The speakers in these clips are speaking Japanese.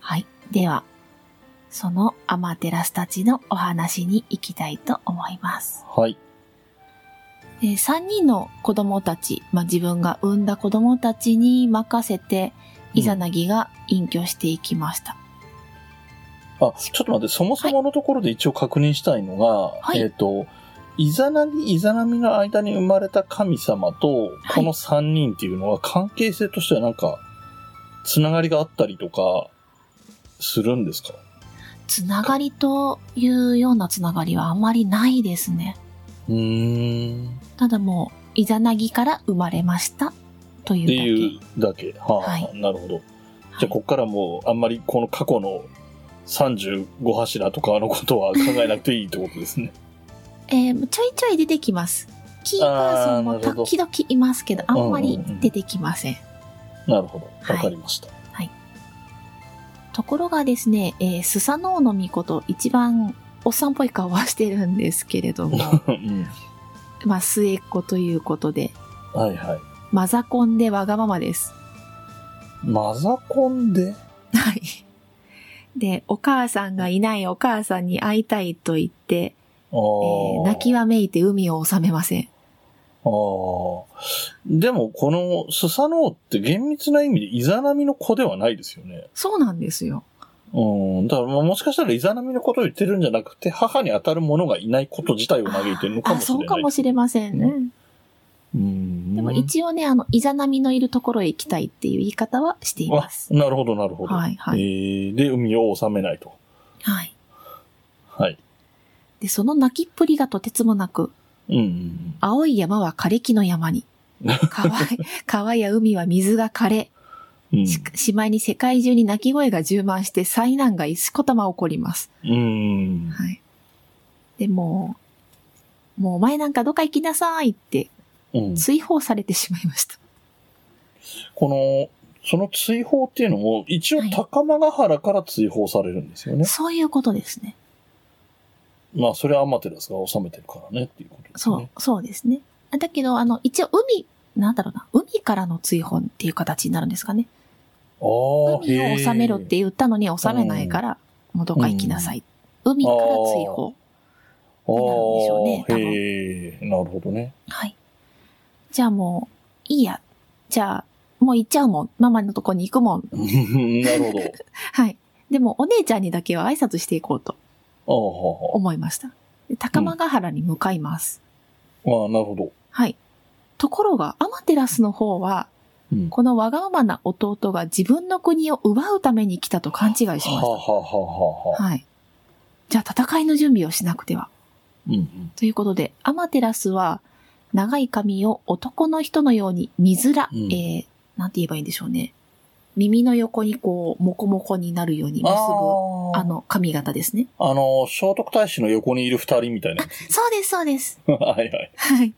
はい。では、そのアマテラスたちのお話に行きたいと思います。はい。え3人の子供たち、まあ、自分が産んだ子供たちに任せて、イザナギが隠居していきました。あ、ちょっと待って、そもそものところで一応確認したいのが、はいえっ、と、イザナギ、イザナミの間に生まれた神様と、はこいの三人っていうのは関係性としてはなんか、つながりがあったりとか、するんですかつながりというようなつながりはあまりないですね。うーん。っただもう、イザナギから生まれました。というてだけ。いうだけ。はあ、はいなるほど。はいじゃあ、こっからもう、あんまりこの過去の35柱とかのことは考えなくていいってことですね。えーちょいちょい出てきます。キーパーソンあもーなるほど時々いますけど、あんまりうんうんうん出てきません。なるほど。はいわかりました。ところがですね、えースサノオノミコと一番おっさんっぽい顔はしてるんですけれど も、うん。まあ、末っ子ということで、はいはい。マザコンでわがままです。 マザコンではい。で、お母さんがいないお母さんに会いたいと言って、えあーー泣きわめいて海を治めません。あーでも、このスサノオって厳密な意味でイザナミの子ではないですよね。そうなんですよ。うん。だから、まあもしかしたらイザナミのことを言ってるんじゃなくて、母に当たるものがいないこと自体を嘆いてるのかあ、もしれそなうい。かもしれませんね。うん。でも一応ね、あの、イザナミのいるところへ行きたいっていう言い方はしています。なるほど、なるほど。はいはいえーで、海を治めないと。はい。はい。で、その泣きっぷりがとてつもなく、うんうんうん。青い山は枯れ木の山 に。川い川や海は水が枯れ、うんししまいに世界中に泣き声が充満して災難がいしこたま起こります。うん。はい。でもう、もうお前なんかどっか行きなさいってうん。追放されてしまいました。この、その追放っていうのも、一応はい高間ヶ原から追放されるんですよね。そういうことですね。まあ、それはアマテラスが治めてるからねっていうことですそう、ね。そうですね。だけど、あの、一応海、なんだろうな、海からの追放っていう形になるんですかね。そう海を収めろって言ったのに収めないから、もうどっか行きなさい。海から追放。なるんでしああ、ょうね多分へえ、なるほどね。 はい。じゃあもう、いいや。じゃあ、もう行っちゃうもん。ママのとこに行くもん。なるほはい。でも、お姉ちゃんにだけは挨拶していこうとど。思いました。で高間ヶ原に向かいます。ああ、ああ、なるほど。はい。ところが、アマテラスの方は、うんこのわがままな弟が自分の国を奪うために来たと勘違いしましはあ、はあ、はあ、た。はあ。はい。じゃあ戦いの準備をしなくては。うんうん。ということで、アマテラスは、長い髪を男の人のように、みずら、うんえー、なんて言えばいいんでしょうね。耳の横にこう、もこもこになるように結ぶ、ああの、の、髪型ですね。あの、聖徳太子の横にいる二人みたいなや つ。そうです、そうです。はいはい。はい。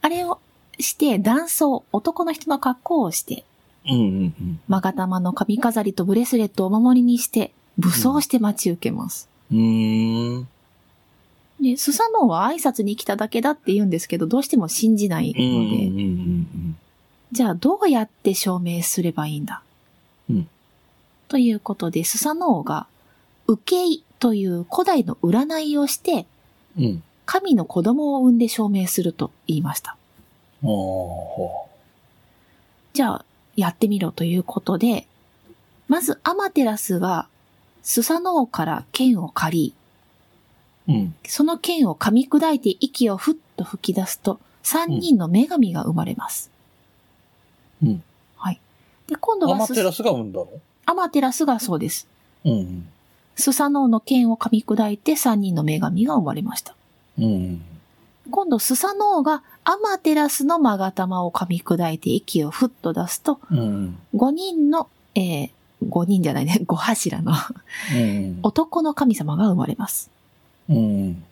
あれをして、男装、男の人の格好をして、うんうんうん。マガタマの髪飾りとブレスレットをお守りにして、武装して待ち受けます。うーん。で、スサノオは挨拶に来ただけだって言うんですけど、どうしても信じないのうんうで、んうんうんじゃあどうやって証明すればいいんだ、うんということで、スサノオが、受けいという古代の占いをして、うん。うん。神の子供を産んで証明すると言いました。ああ、はじゃあ、やってみろということで、まずアマテラスが、スサノオから剣を借り、あ。うん。その剣を噛み砕いて息をふっと吹き出すと、三人の女神が生まれます。うんはい。で、今度アはマステラスが産んだのアマテラスがそうです。うんスサノオの剣を噛み砕いて三人の女神が生まれました。うん。うん今度、スサノオがアマテラスのマガタマを噛み砕いて息をふっと出すと、うん。うん五人の、えー、五人じゃないね、 五柱のうん。男の神様が生まれます。うん。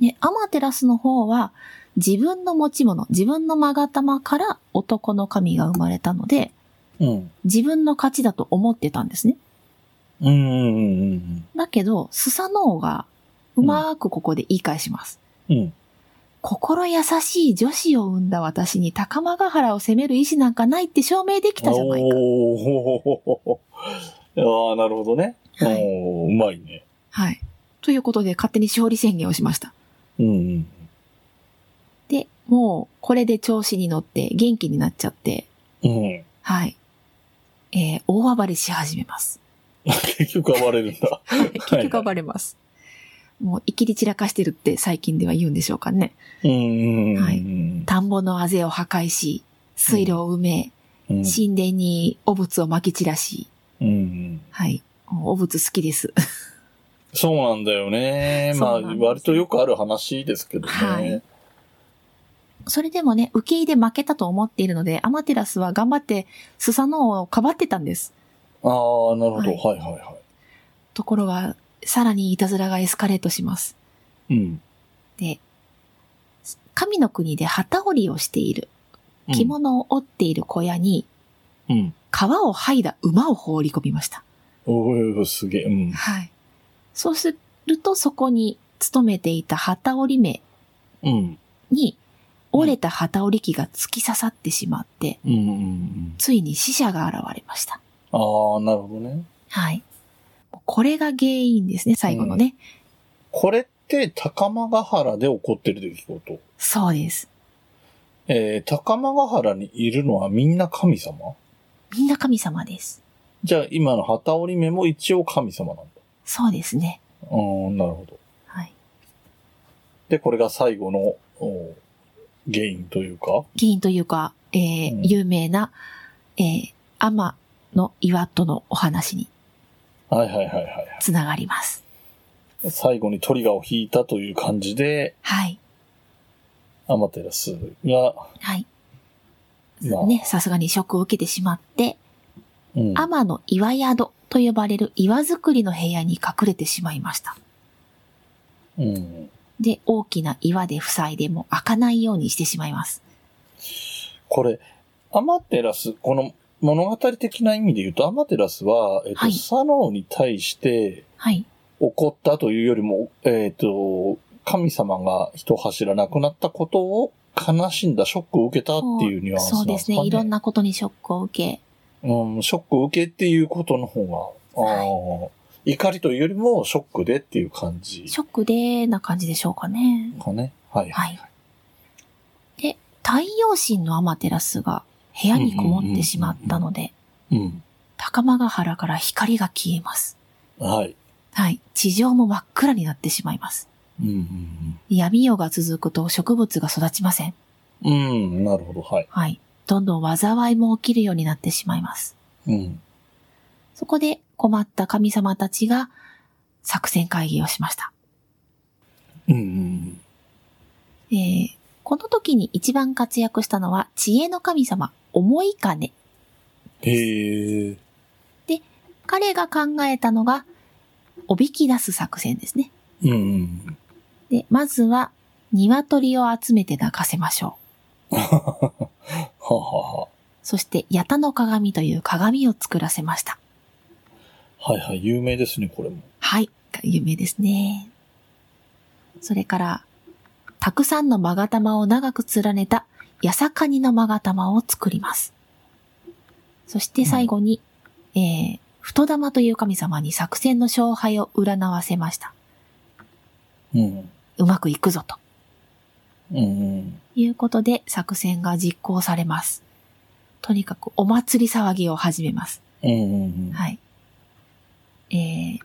で、アマテラスの方は、自分の持ち物、自分のマガタマから男の神が生まれたので、うん。自分の勝ちだと思ってたんですね。うんうんうんだけど、スサノオがうまーくここで言い返します。うん。うん。心優しい女子を産んだ私に高間ヶ原を責める意志なんかないって証明できたじゃないか。おーああ、なるほどね。はい。おーうまいね。はい。ということで、勝手に勝利宣言をしました。うんうん。で、もう、これで調子に乗って、元気になっちゃって、うん。はい。えー大暴れし始めます。 結局暴れるんだ。結局暴れます。もう、いきり散らかしてるって最近では言うんでしょうかね。うんうんうんうん。はい田んぼのあぜを破壊し、水路を埋め、うん神殿に汚物を撒き散らし、うんうん。はい。もう汚物好きです。そうなんだよね。まあ、そうなんです割とよくある話ですけどね。はいそれでもね、受け入れ負けたと思っているので、アマテラスは頑張って、スサノオをかばってたんです。ああ、なるほど。ははいいはいはところが、さらにいたずらがエスカレートします。い。うん。で、神の国で旗織りをしている、着物を織っている小屋に、うん。うん。皮を剥いだ馬を放り込みました。おおすげえ。うん。はい。そうすると、そこに勤めていた旗織り目うん。に、折れた旗織り機が突き刺さってしまって、うんうんうん。ついに死者が現れました。ああ、なるほどね。はい。これが原因ですね、最後のね。これって高間ヶ原で起こってる出来事。そうです。えー、高間ヶ原にいるのはみんな神様みんな神様です。じゃあ今の旗織目も一応神様なんだ。そうですね。うーん、なるほど。はい。で、これが最後のお原因というか。議員というか、えーうん有名な、えー、天の岩とのお話にはいはいはいはいはつながります。い。最後にトリガーを引いたという感じで、はい。アマテラスが、はい。まあ、ね、さすがにショックを受けてしまって、うん、天の岩宿と呼ばれる岩作りの部屋に隠れてしまいました。うん。で、大きな岩で塞いでも開かないようにしてしまいます。これ、アマテラス、この物語的な意味で言うと、アマテラスは、えっと、はいサノーに対してはい。怒ったというよりも、えっと、神様が人柱なくなったことを悲しんだ、ショックを受けたっていうニュアンスそなうんでですすかね。ね。いろんなことにショックを受け、うん、ショックを受けっていうことの方が、あー怒りというよりもショックでっていう感じショックで、な感じでしょうかね。かね。はい。はい。で、太陽神のアマテラスが部屋にこもってしまったので、うん。高間ヶ原から光が消えます。はい。はい。地上も真っ暗になってしまいます。うんうん闇夜が続くと植物が育ちません。うん、うん、なるほど。はい。はい。どんどん災いも起きるようになってしまいます。うん。そこで困った神様たちが作戦会議をしました。うん、うんえーこの時に一番活躍したのは知恵の神様、思い金。うん。へえ。彼が考えたのが、おびき出す作戦ですね。うんうん。 で、まずは、鶏を集めて泣かせましょう。ははは。そして、八田の鏡という鏡を作らせました。はいはい。有名ですね、これも。はい。有名ですね。それから、たくさんの勾玉を長く連ねた、やさかにの勾玉を作ります。そして最後に、えー、太玉という神様に作戦の勝敗を占わせました。うん。うまくいくぞ、とうんうん。いうことで作戦が実行されます。とにかくお祭り騒ぎを始めます。うんうんうん。はい。えー、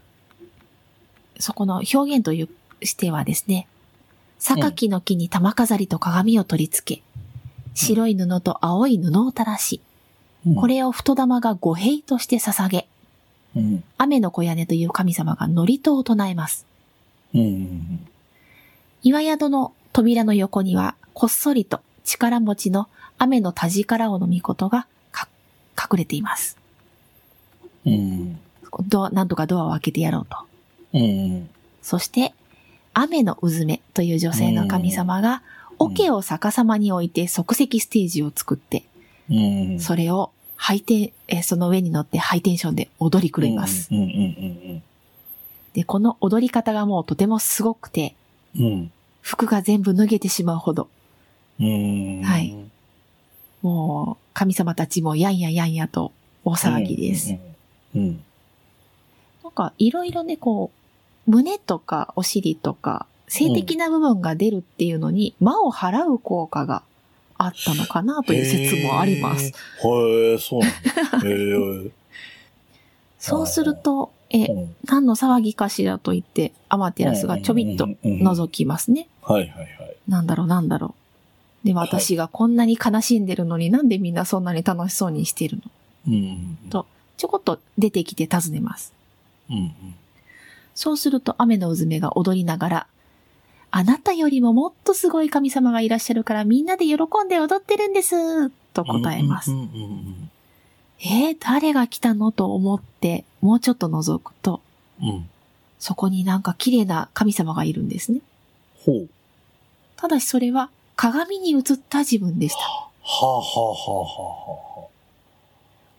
そこの表現というしてはですね、榊の木に玉飾りと鏡を取り付け、白い布と青い布を垂らし、うんこ。れを太玉が五平として捧げ、うん。雨の小屋根という神様が祝詞を唱えます。うんうん岩宿の扉の横には、こっそりと力持ちの雨の田力をのみことがか隠れています。うん。うんドアなんとかドアを開けてやろうと。うん。うんそして、雨のうずめという女性の神様が、うん桶を逆さまに置いて即席ステージを作って、うんうん。それをハイテン、えーその上に乗ってハイテンションで踊り狂います。うんうんうんで、この踊り方がもうとてもすごくて、うんうん。服が全部脱げてしまうほど、うん。うんはい。もう神様たちもやんややんやと大騒ぎです。うん。うん。かいろいろね、こう、胸とかお尻とか、性的な部分が出るっていうのに、魔を払う効果があったのかなという説もあります。へー。へえ、そうなん だ。へえ。そうすると、え、うん何の騒ぎかしらと言って、アマテラスがちょびっと覗きますね。はいはいはい。なんだろう、なんだろう。で、はい私がこんなに悲しんでるのに、なんでみんなそんなに楽しそうにしてるのうんうんうん。とちょこっと出てきて尋ねます。うんうん。そうすると雨のうずめが踊りながら、あなたよりももっとすごい神様がいらっしゃるからみんなで喜んで踊ってるんですと答えます。うんうんうんえー、誰が来たのと思って、もうちょっと覗くと、うん。うん。そこになんか綺麗な神様がいるんですね。ほう。ただしそれは鏡に映った自分でした。はあはあはあはあは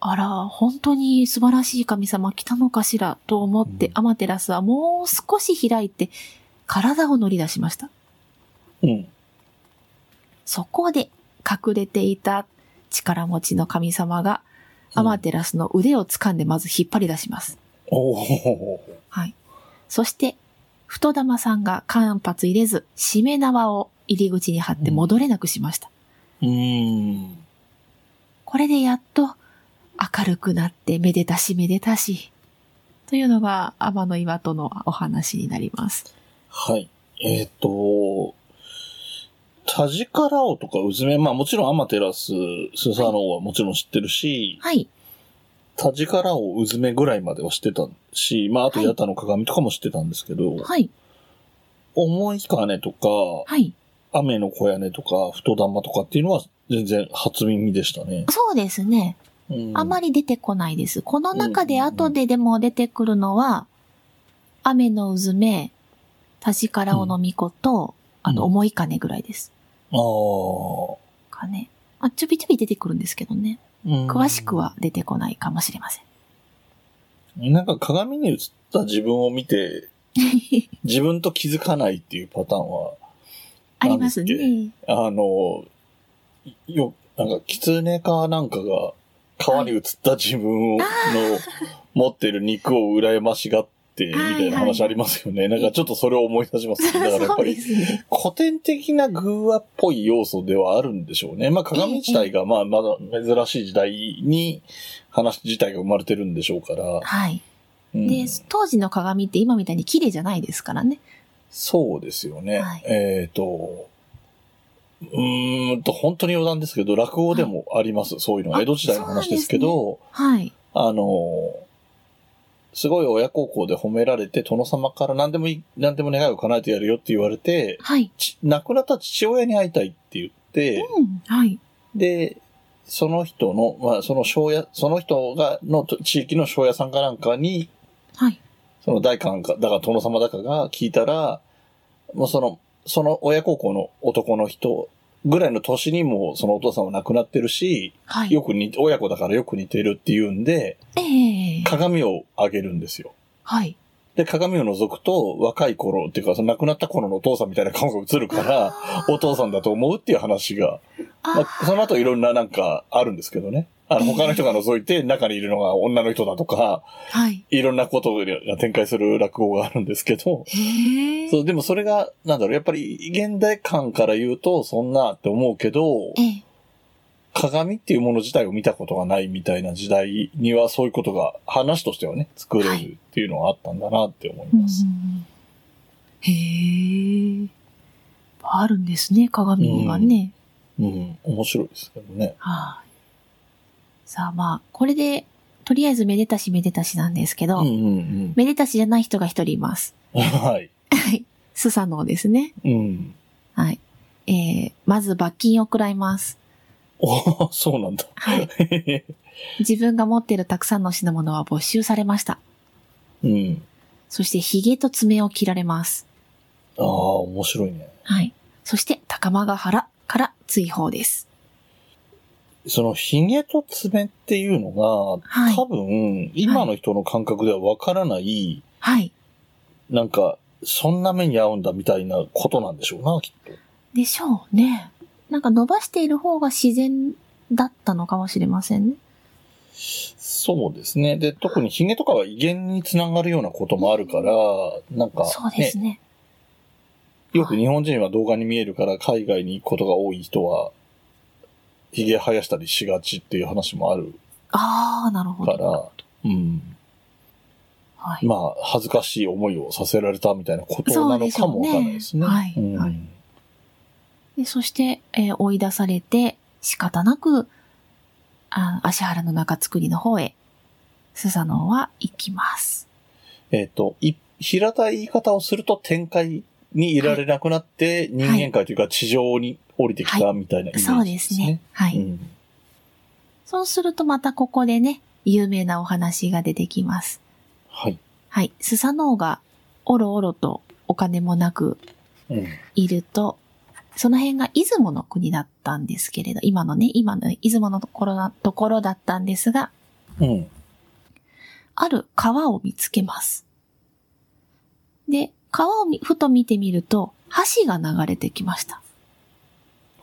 あ。あら、本当に素晴らしい神様来たのかしらと思ってう、んアマテラスはもう少し開いて、体を乗り出しました。うん。そこで隠れていた力持ちの神様がアマテラスの腕を掴んでまず引っ張り出します。おお。はい。そして、太玉さんが間髪入れず、締め縄を入り口に貼って戻れなくしました。うーん。これでやっと明るくなってめでたしめでたし。というのが天の岩とのお話になります。はい。えっ、と、タジカラオとかうずめ、まあもちろんアマテラス、スサノオはもちろん知ってるし、はい。タジカラオうずめぐらいまでは知ってたし、まああとはいヤタの鏡とかも知ってたんですけど、はい。重い金とか、はい。雨の小屋根とか、太玉とかっていうのは全然初耳でしたね。そうですね。あまり。り出てこないです。この中うんでうんうん後ででも出てくるのは、雨のうずめ、タジカラオノミコと、あうと、ん重い金ぐらいです。ああ。金。あ、ちょびちょび出てくるんですけどね。詳詳しくは出てこないかもしれません。なんか鏡に映った自分を見 て、自分と気づかないっていうパターンは、ありますね。あの、よ、なんか、狐かなんかが、川に映った自分を、の、持ってる肉を羨ましがって、みたいな話ありますよね。なんかちょっとそれを思い出します。 だからやっそぱうでり、すね。古典的な偶話っぽい要素ではあるんでしょうね。まあ鏡自体が、まあまだ珍しい時代に、話自体が生まれてるんでしょうから。はい。うんで、当時の鏡って今みたいに綺麗じゃないですからね。そうですよね。はいえっ、と、うーんと、本当に余談ですけど、落語でもあります、そういうのは。あ江戸時代の話ですけど、はい。あの、すごい親孝行で褒められて、殿様から何でもいい、何でも願いを叶えてやるよって言われて、はい。ち亡くなった父親に会いたいって言って、うん。はい。で、その人の、まあ、その庄屋、その人が、の地域の庄屋さんかなんかにはい。その大官か、だから殿様だかが聞いたら、もうその、その親孝行の男の人ぐらいの年にもうそのお父さんは亡くなってるし、はい。よく似、親子だからよく似てるって言うんで、ええ鏡をあげるんですよ。はい。で、鏡を覗くと、若い頃っていうか、その亡くなった頃のお父さんみたいな顔が映るから、あーお父さんだと思うっていう話が、まあ、その後いろんななんかあるんですけどね。あの、他の人が覗いて中にいるのが女の人だとか、はい。いろんなことが展開する落語があるんですけど、へえ。そう、でもそれが、なんだろう、やっぱり現代感から言うと、そんなって思うけど、ええ。鏡っていうもの自体を見たことがないみたいな時代には、そういうことが話としてはね、作れるっていうのはあったんだなって思ういんうんうます。んへえ。あるんですね、鏡にはね。うん、面白いですけどね。はい。さあまあ、これで、とりあえずめでたしめでたしなんですけど、うんうんめでたしじゃない人が一人います。うん。はい。スサノオですね。うん。はい。えー、まず罰金を食らいます。おーそうなんだ。はい。自分が持ってるたくさんの品物は没収されました。 うん。そして、髭と爪を切られます。ああ、面白いね。はい。そして、高間ヶ原から追放です。その、髭と爪っていうのが、はい多分、今の人の感覚ではわからないはい。なんか、そんな目に遭うんだみたいなことなんでしょうな、きっと。でしょうね。なんか伸ばしている方が自然だったのかもしれませんね。そうですね。で、特にヒゲとかは威厳につながるようなこともあるから、なんか、そうでねす、ね。よく日本人は動画に見えるから海外に行くことが多い人は、ヒゲ生やしたりしがちっていう話もあるああ、なるほかど。ら、うん。はい。まあ、恥ずかしい思いをさせられたみたいなことなのかもわからないですね。そうでしょうねうんはいはいでそして、えー追い出されて、仕方なく、あ足原の中造りの方へ、スサノオは行きます。えっ、と、い平たい言い方をすると展開にいられなくなって、人間界というか地上に降りてきたみたいなイメそうージでですすねね。。はい。うんそうするとまたここでね、有名なお話が出てきます。はい。はい。スサノオが、おろおろとお金もなくうんいると、その辺が出雲の国だったんですけれど、今のね、今の出雲のところなところだったんですが、うん。ある川を見つけます。で、川をみふと見てみると、橋が流れてきました。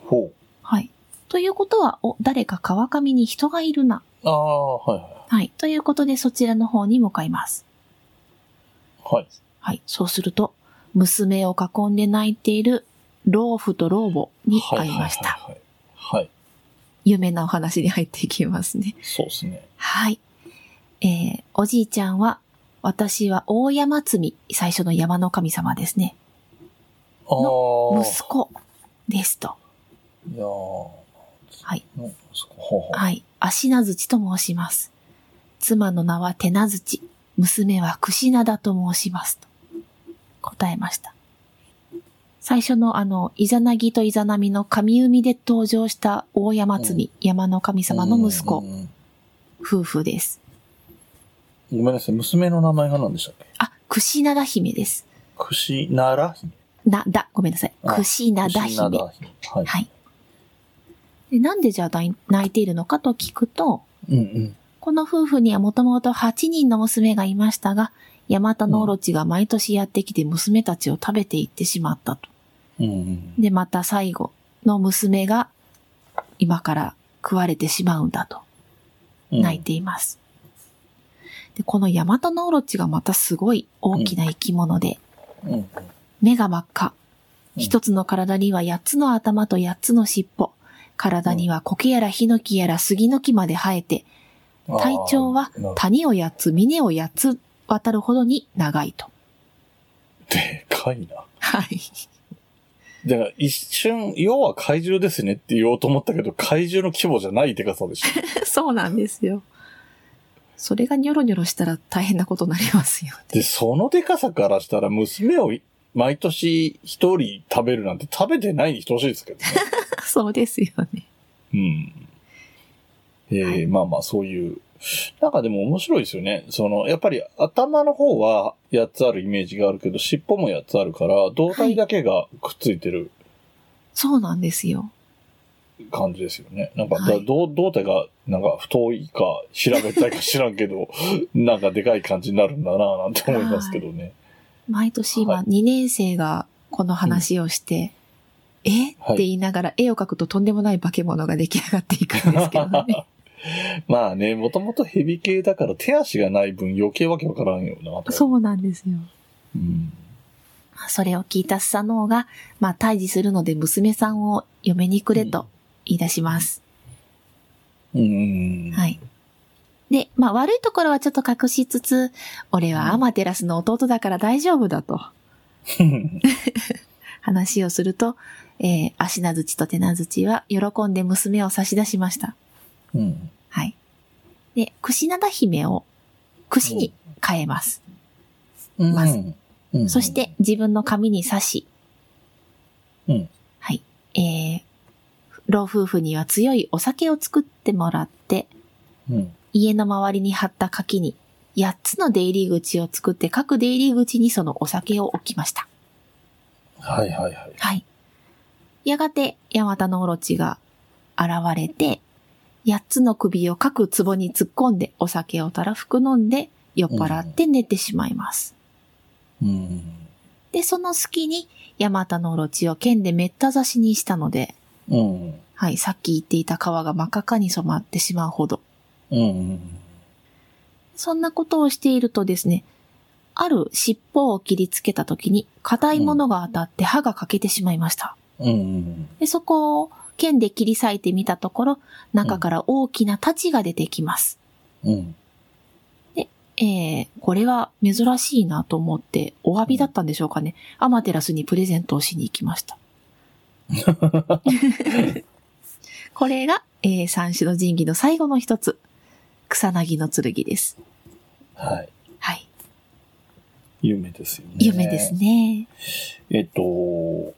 ほう。はい。ということは、お、誰か川上に人がいるな。ああ、はいははい。ということで、そちらの方に向かいます。い。はい。はい。そうすると、娘を囲んで泣いている老婦と老母にはい会いました。はいはいはい。はい。有名なお話に入っていきますね。そうですね。はい。えー、おじいちゃんは、私は大山積み、最初の山の神様ですね。ああ。息子ですと。いやーはい。の息子ほうほうはい。足なずちと申します。妻の名は手なずち、娘はくしなだと申します。と答えました。最初のあの、イザナギとイザナミの神海で登場した大山積み、山の神様の息うん子、うんうん夫婦です。ごめんなさい。娘の名前が何でしたっけあ、くしなだ姫です。くしなら姫。な、だ、ごめんなさい。あくしなだくしな姫。だ姫。はい。はい。でなんでじゃあ泣い泣いているのかと聞くと、うんうん。この夫婦にはもともと8人の娘がいましたが、ヤマタノオロチが毎年やってきて娘たちを食べていってしまったと。うんうん。で、また最後の娘が今から食われてしまうんだとうん泣いています。で、このヤマタノオロチがまたすごい大きな生き物で、うんうん。目が真っ赤。うん一つの体には八つの頭と八つの尻尾。体には苔やらヒノキやら杉の木まで生えて、あー体長はなるほど谷を八つ、峰を八つ渡るほどに長いと。でかいな。はい。だから一瞬、要は怪獣ですねって言おうと思ったけど、怪獣の規模じゃないでかさでし そうなんですよ。それがニョロニョロしたら大変なことになりますよた。で、そのでかさからしたら、娘を毎年一人食べるなんて食べてないに等しいですけどね。 そうですよね。うん。ええはいまあまあ、そういう。なんかでも面白いですよね。その、やっぱり頭の方は8つあるイメージがあるけど、尻尾も8つあるから、胴体だけがくっついてるそうなんですよ。感じですよね。なんかだ、はい胴胴体が、なんか太いか、平べったいか知らんけど、 なんかでかい感じになるんだなぁなんて思いますけどね。毎年今は2年生がこの話をして、えってはい言いながら絵を描くととんでもない化け物が出来上がっていくんですけどね。まあね、もともとヘビ系だから手足がない分余計わけわからんよなと。そうなんですよ。うん。それを聞いたスサノオが、まあ、退治するので娘さんを嫁にくれと言い出します。うん。 はい。で、まあ、悪いところはちょっと隠しつつ、俺はアマテラスの弟だから大丈夫だと話をすると、えー、足なずちと手なずちは喜んで娘を差し出しました。うん。はい。で、串灘姫を串に変えます。まずうんそし、て自分の髪に刺し、うんはい。えー、老夫婦には強いお酒を作ってもらって、うん。家の周りに張った柿に、8つの出入り口を作って、各出入り口にそのお酒を置きました。はいはいはい。はい。やがて、ヤマタノオロチが現れて、8つの首を各壺に突っ込んで、お酒をたらふく飲んで、酔っ払って寝てしまいます。うん。で、その隙に、ヤマタノオロチを剣でめった刺しにしたので、うん。はい、さっき言っていた川が真っ赤に染まってしまうほど。うん。そんなことをしているとですね、ある尻尾を切りつけた時に硬いものが当たって歯が欠けてしまいました。うん。でそこを剣で切り裂いてみたところ、中から大きな太刀が出てきます。うん。えー、これは珍しいなと思って、お詫びだったんでしょうかね。アマテラスにプレゼントをしに行きま した。これが、えー三種の神器の最後の一つ、草薙の剣です。はい。はい。夢ですよね。夢ですね。えっと、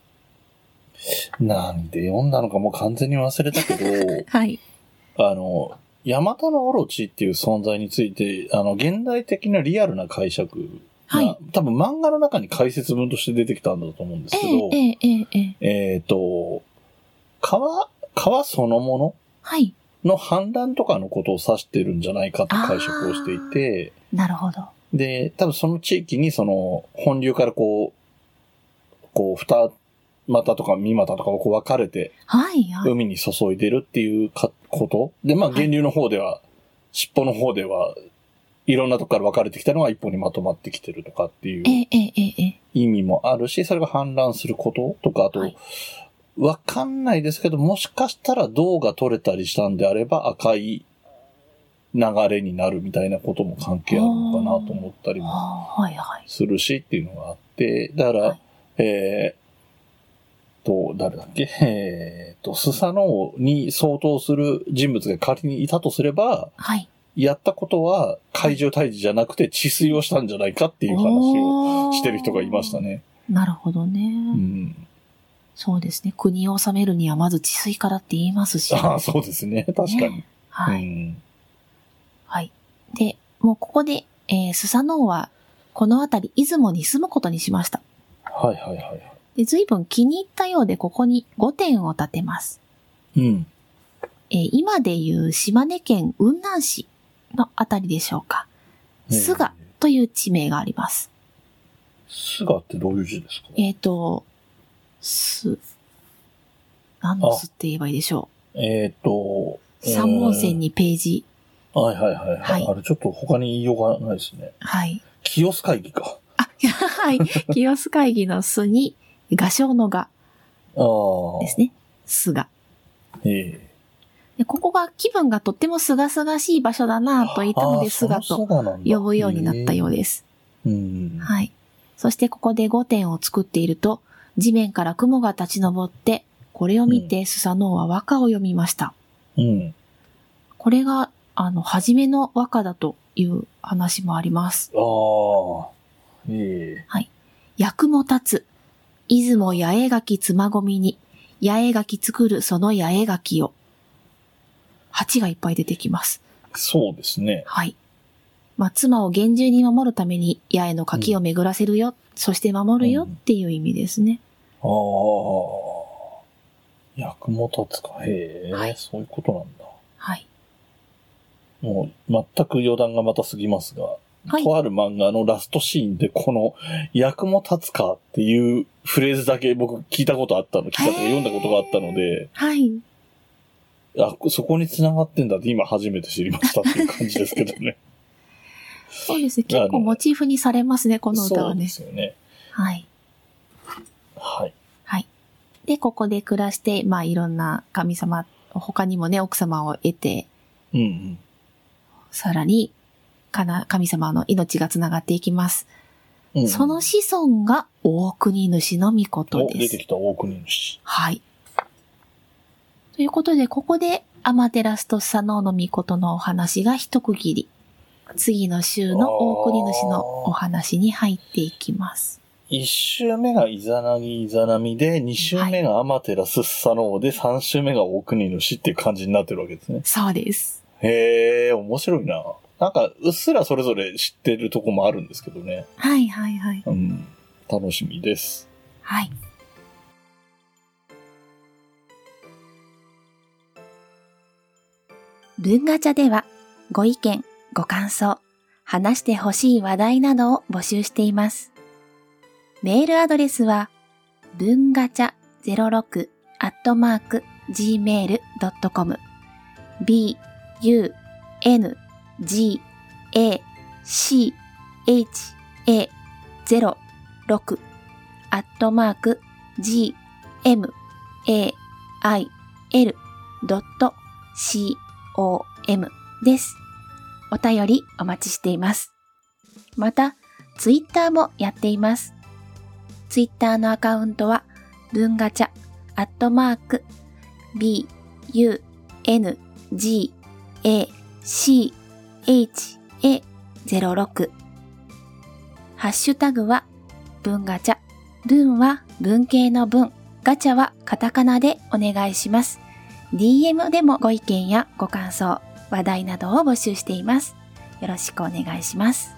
なんで読んだのかもう完全に忘れたけど、はい。 あの、ヤマタノオロチっていう存在について、あの、現代的なリアルな解釈が、はい。多分漫画の中に解説文として出てきたんだと思うんですえけえど、えええええええっ、と、川、川そのものはい。の氾濫とかのことを指してるんじゃないかって解釈をしていて、なるほど。で、多分その地域にその本流からこう、こう、二股とか三股とかをこう分かれてはい、はい。海に注いでるっていうかことで、まあはい源流の方では、尻尾の方では、いろんなとこから分かれてきたのが一本にまとまってきてるとかっていう。えええええええ意味もあるし、それが氾濫することとか、あと、はいわかんないですけど、もしかしたら銅が取れたりしたんであれば赤い流れになるみたいなことも関係あるのかなと思ったりえもあーはい、はい。するしっていうのがあって、だから、はいえー、と、誰だっけ えー、と、スサノオに相当する人物が仮にいたとすれば、はい。やったことは怪獣退治じゃなくて治水をしたんじゃないかっていう話ををしてる人がいました。ね。なるほどね。うんそうですね。国を治めるにはまず治水からって言いますし。ああ、そうですね。確かに。ねはい、うんはい。で、もうここで、えースサノオは、この辺り、出雲に住むことにしました。はいはいはい。で、随分気に入ったようで、ここに5点を建てます。うん。えー今でいう島根県雲南市のあたりでしょうか。巣がえという地名があります。ー。すがってどういう字ですかえっ、と、す、何のすって言えばいいでしょえっと、う。三門線にページ。えー。はいはいはい。ははいい、あれ、ちょっと他に言いようがないですね。はい。清須会議か。あ、いやはい。清須会議の巣に、画商の画ああ。ですね。巣が。えでここが気分がとっても清々しい場所だえなぁといたので、あーそすがとの姿なんだ呼ぶようになったようです。えーうん。はい。そしてここで5点を作っていると、地面から雲が立ち上って、これを見てスサノオは和歌を読みました。うん。これが、あの、初めの和歌だという話もあります。ああ。え役も立つ。出雲八重垣つまごみに、八重垣作るその八重垣を。鉢がいっぱい出てきます。えそうですね。はい。まあ、妻を厳重に守るために、八重の柿を巡らせるよ、そして守るよっていう意味ですね。ああ。役も立つか。へえ、はいそういうことなんだ。はい。もう全く余談がまた過ぎますが、はいとある漫画のラストシーンでこの役も立つかっていうフレーズだけ僕聞いたことあったの、聞いたとかへー読んだことがあったので、はい。あ、そこに繋がってんだって今初めて知りましたっていう感じですけどね。そうですね。結構モチーフにされますね、この歌そはうねで。すよね。はい。はい。で、ここで暮らして、まあ、いろんな神様、他にもね、奥様を得て、うんうん。さらに、かな、神様の命が繋がっていきます。うんうんその子孫が大国主の御事おです。出てきた大国主。はい。ということで、ここでアマテラスとサノオノミコトのお話が一区切り。次の週の大国主のお話に入っていきます。一周目がイザナギイザナミで、二周目がアマテラスッサノオで、三周目が大国主っていう感じになってるわけですね。そうです。へえ、面白いな。なんか、うっすらそれぞれ知ってるとこもあるんですけどね。はいはいはい。うん。楽しみです。はい。文ガチャでは、ご意見、ご感想、話してほしい話題などを募集しています。メールアドレスは、文ガチャ06アットマーク gmail.com b, u, n, g, a, c h a 0 6アットマーク g m a i l ドット c o m です。お便りお待ちしています。また、ツイッターもやっています。ツイッターのアカウントは、文ガチャ、アットマーク、b, u, n, g, a, c, h, a, 06。ハッシュタグは、文ガチャ。文は文系の文。ガチャはカタカナでお願いします。DM でもご意見やご感想、話題などを募集しています。よろしくお願いします。